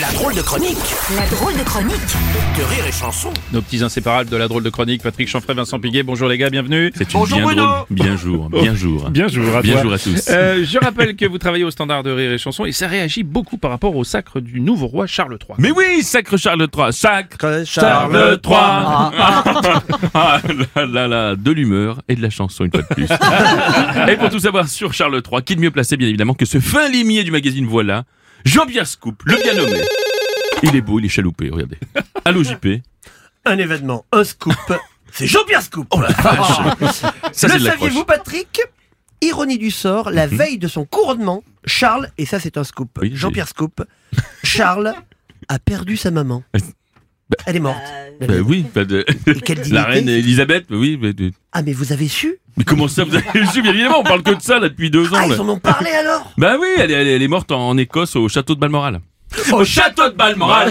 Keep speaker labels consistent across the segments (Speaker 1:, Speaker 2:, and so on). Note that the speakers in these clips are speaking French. Speaker 1: La drôle de chronique
Speaker 2: La drôle de chronique
Speaker 1: de Rire et Chanson.
Speaker 3: Nos petits inséparables de la drôle de chronique, Patrick Chanfray, Vincent Piguet, bonjour les gars, bienvenue.
Speaker 4: C'est une bien drôle. Bien jour, bien jour.
Speaker 3: Bien jour à
Speaker 4: Bien
Speaker 3: toi.
Speaker 4: jour à tous.
Speaker 3: Euh, je rappelle que vous travaillez au standard de rire et chanson et ça réagit beaucoup par rapport au sacre du nouveau roi Charles III.
Speaker 4: Mais oui, sacre Charles III, sacre Charles III. Ah là là là, de l'humeur et de la chanson une fois de plus. et pour tout savoir sur Charles III, qui de mieux placé bien évidemment que ce fin limier du magazine Voilà, Jean-Pierre Scoop, le bien nommé. Il est beau, il est chaloupé, regardez. Allô JP,
Speaker 1: Un événement, un scoop. C'est Jean-Pierre Scoop.
Speaker 4: Oh, ça c'est
Speaker 5: le
Speaker 4: de l'accroche.
Speaker 5: saviez-vous, Patrick Ironie du sort, la veille de son couronnement, Charles, et ça c'est un scoop,
Speaker 4: Oui, j'ai-
Speaker 5: Jean-Pierre Scoop, Charles a perdu sa maman. Elle est morte.
Speaker 4: Bah oui, bah de-
Speaker 5: quelle
Speaker 4: la
Speaker 5: dignité.
Speaker 4: reine Elisabeth, bah oui. bah de-
Speaker 5: Ah mais vous avez su
Speaker 4: Mais comment ça, vous avez su Bien évidemment, on parle que de ça là depuis deux ans.
Speaker 5: Ah
Speaker 4: là.
Speaker 5: ils en ont parlé alors
Speaker 4: Bah oui, elle est, elle est- elle est morte en, en Écosse au château de Balmoral. Au château de Balmoral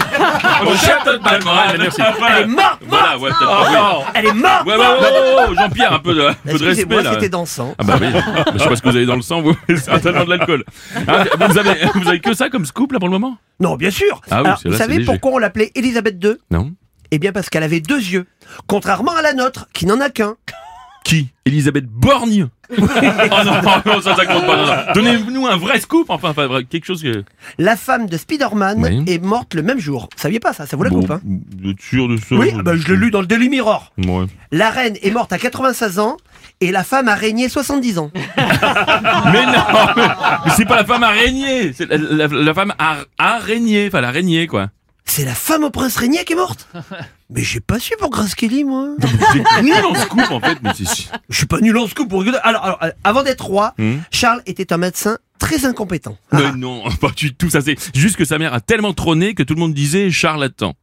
Speaker 4: Au château de Balmoral Merci.
Speaker 5: Elle est morte,
Speaker 4: Voilà, ouais, peut-être pas, oui.
Speaker 5: Elle est morte
Speaker 4: Ouais, ouais, ouais, ouais, ouais, ouais, Jean-Pierre, un peu de, un peu de respect
Speaker 5: Excusez-moi,
Speaker 4: là.
Speaker 5: c'était dansant.
Speaker 4: Ah bah oui, Bah, je sais pas ce que vous avez dans le sang, vous, mais certainement de l'alcool. Hein, vous, avez, vous avez que ça comme scoop là pour le moment
Speaker 5: Non, bien sûr
Speaker 4: Ah oui,
Speaker 5: Alors,
Speaker 4: c'est
Speaker 5: Vous
Speaker 4: là, c'est
Speaker 5: savez
Speaker 4: léger.
Speaker 5: pourquoi on l'appelait Elisabeth II
Speaker 4: Non.
Speaker 5: Eh bien parce qu'elle avait deux yeux, contrairement à la nôtre, qui n'en a qu'un.
Speaker 4: Qui Elisabeth Borgne Oh non, non, ça, ça compte pas. non, non. Donnez-nous un vrai scoop, enfin, enfin vrai- quelque chose que.
Speaker 5: La femme de Spider-Man
Speaker 4: Oui.
Speaker 5: est morte le même jour. Vous saviez pas ça, ça vous la
Speaker 4: Bon,
Speaker 5: coupe hein
Speaker 4: vous êtes sûr de ça
Speaker 5: Oui, bah, je l'ai lu dans le Daily Mirror.
Speaker 4: Ouais.
Speaker 5: La reine est morte à 96 ans et la femme a régné 70 ans.
Speaker 4: Mais non, mais, mais c'est pas la femme araignée, c'est la, la- la femme ar- araignée, enfin l'araignée quoi.
Speaker 5: C'est la femme au prince régné qui est morte Mais j'ai pas su pour Grace Kelly, moi.
Speaker 4: Vous êtes nul en scoop en fait, mais c'est...
Speaker 5: Je suis pas nul en scoop pour rigoler. Alors, alors, euh, avant d'être roi,
Speaker 4: Hmm.
Speaker 5: Charles était un médecin très incompétent.
Speaker 4: Mais non, pas du tout, ça c'est juste que sa mère a tellement trôné que tout le monde disait charlatan.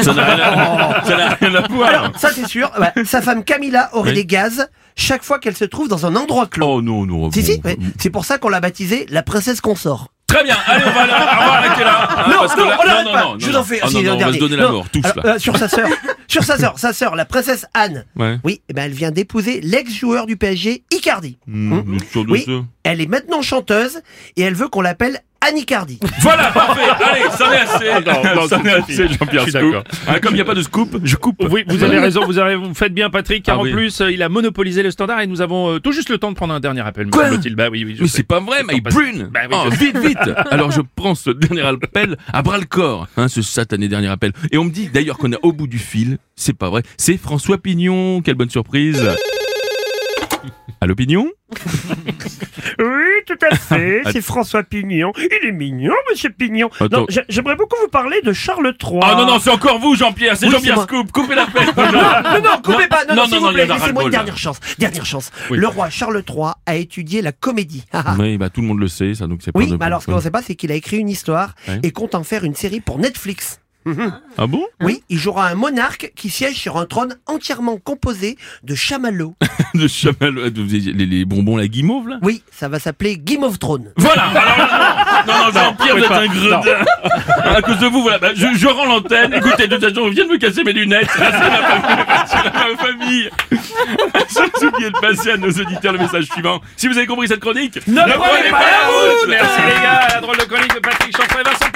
Speaker 4: Ça
Speaker 3: Ah,
Speaker 4: n'a rien, à- ça n'a rien à voir.
Speaker 5: Ça, c'est sûr. Ouais. Sa femme Camilla aurait
Speaker 4: Ah. Oui.
Speaker 5: des gaz chaque fois qu'elle se trouve dans un endroit clos.
Speaker 4: Oh non, non.
Speaker 5: Si,
Speaker 4: bon.
Speaker 5: si, ouais. c'est pour ça qu'on l'a baptisée la princesse consort.
Speaker 4: Très bien, allez, on va, la- on va arrêter là. hein,
Speaker 5: non,
Speaker 4: parce que
Speaker 5: non,
Speaker 4: là-
Speaker 5: on l'arrête pas.
Speaker 4: non, non,
Speaker 5: je vous
Speaker 4: non.
Speaker 5: en fais.
Speaker 4: Ah,
Speaker 5: si,
Speaker 4: non,
Speaker 5: le
Speaker 4: non, on va se
Speaker 5: dernier.
Speaker 4: donner la
Speaker 5: Non.
Speaker 4: mort, tous
Speaker 5: Alors,
Speaker 4: là.
Speaker 5: euh, sur sa sœur, sur sa sœur, sa sœur, la princesse Anne.
Speaker 4: Ouais.
Speaker 5: Oui, eh ben elle vient d'épouser l'ex-joueur du PSG, Icardi.
Speaker 4: Mmh, vous êtes sûr de
Speaker 5: hmm, Oui.
Speaker 4: ça
Speaker 5: Elle est maintenant chanteuse et elle veut qu'on l'appelle Anne Icardi.
Speaker 4: Voilà, parfait. Allez, ça en est assez.
Speaker 3: non, non,
Speaker 4: ça en est
Speaker 3: ça suffit.
Speaker 4: assez, Jean-Pierre
Speaker 3: Je suis
Speaker 4: Scoop.
Speaker 3: d'accord.
Speaker 4: Hein, comme il n'y a pas de scoop, je coupe.
Speaker 3: Oui, vous avez raison, vous, avez, vous faites bien Patrick, car
Speaker 4: Ah
Speaker 3: en
Speaker 4: oui.
Speaker 3: plus euh, il a monopolisé le standard et nous avons euh, tout juste le temps de prendre un dernier appel. me
Speaker 4: Quoi
Speaker 3: semble-t-il. Bah oui, oui, je
Speaker 4: Mais
Speaker 3: sais.
Speaker 4: c'est pas vrai,
Speaker 3: Le
Speaker 4: mais
Speaker 3: temps
Speaker 4: il
Speaker 3: passe.
Speaker 4: prune
Speaker 3: Bah oui,
Speaker 4: Oh,
Speaker 3: je-
Speaker 4: Vite, vite Alors je prends ce dernier appel à bras-le-corps, hein, ce satané dernier appel. Et on me dit d'ailleurs qu'on est au bout du fil, c'est pas vrai, c'est François Pignon, quelle bonne surprise Allô Pignon
Speaker 6: Oui, tout à fait.
Speaker 4: Ah.
Speaker 6: C'est François Pignon. Il est mignon, monsieur Pignon.
Speaker 4: Attends.
Speaker 6: Non, j'ai- j'aimerais beaucoup vous parler de Charles III.
Speaker 4: Ah non, non, c'est encore vous Jean-Pierre, c'est Ah.
Speaker 5: Oui,
Speaker 4: Jean-Pierre
Speaker 5: c'est moi.
Speaker 4: Scoop, coupez l'appel
Speaker 5: Ah, Non, non, coupez pas, non,
Speaker 4: non,
Speaker 5: non, s'il
Speaker 4: non,
Speaker 5: vous
Speaker 4: non,
Speaker 5: plaît,
Speaker 4: il y en a
Speaker 5: laissez-moi
Speaker 4: ras-le-bol,
Speaker 5: une
Speaker 4: là.
Speaker 5: dernière chance, dernière chance.
Speaker 4: Oui.
Speaker 5: Le roi Charles III a étudié la comédie. Ah,
Speaker 4: Oui, bah tout le monde le sait, ça, donc c'est pas
Speaker 5: oui,
Speaker 4: de-
Speaker 5: mais alors ce qu'on ne sait pas, c'est qu'il a écrit une histoire
Speaker 4: Ouais.
Speaker 5: et compte en faire une série pour Netflix.
Speaker 4: Ah bon
Speaker 5: Oui, il jouera un monarque qui siège sur un trône entièrement composé de chamallows.
Speaker 4: Le chamal, de- les, les bonbons, la guimauve là
Speaker 5: Oui, ça va s'appeler Game of Thrones.
Speaker 4: Voilà alors, non, non, non, Jean-Pierre, vous êtes un gredin À cause de vous, voilà, bah, je, je rends l'antenne. Écoutez, de toute façon, on vient de me casser mes lunettes. Là, c'est la famille. c'est la famille. J'ai oublié de passer à nos auditeurs le message suivant. Si vous avez compris cette chronique, ne,
Speaker 3: prenez pas la route
Speaker 4: Merci
Speaker 3: Merci les gars, la drôle de chronique de Patrick Chanfray, Vincent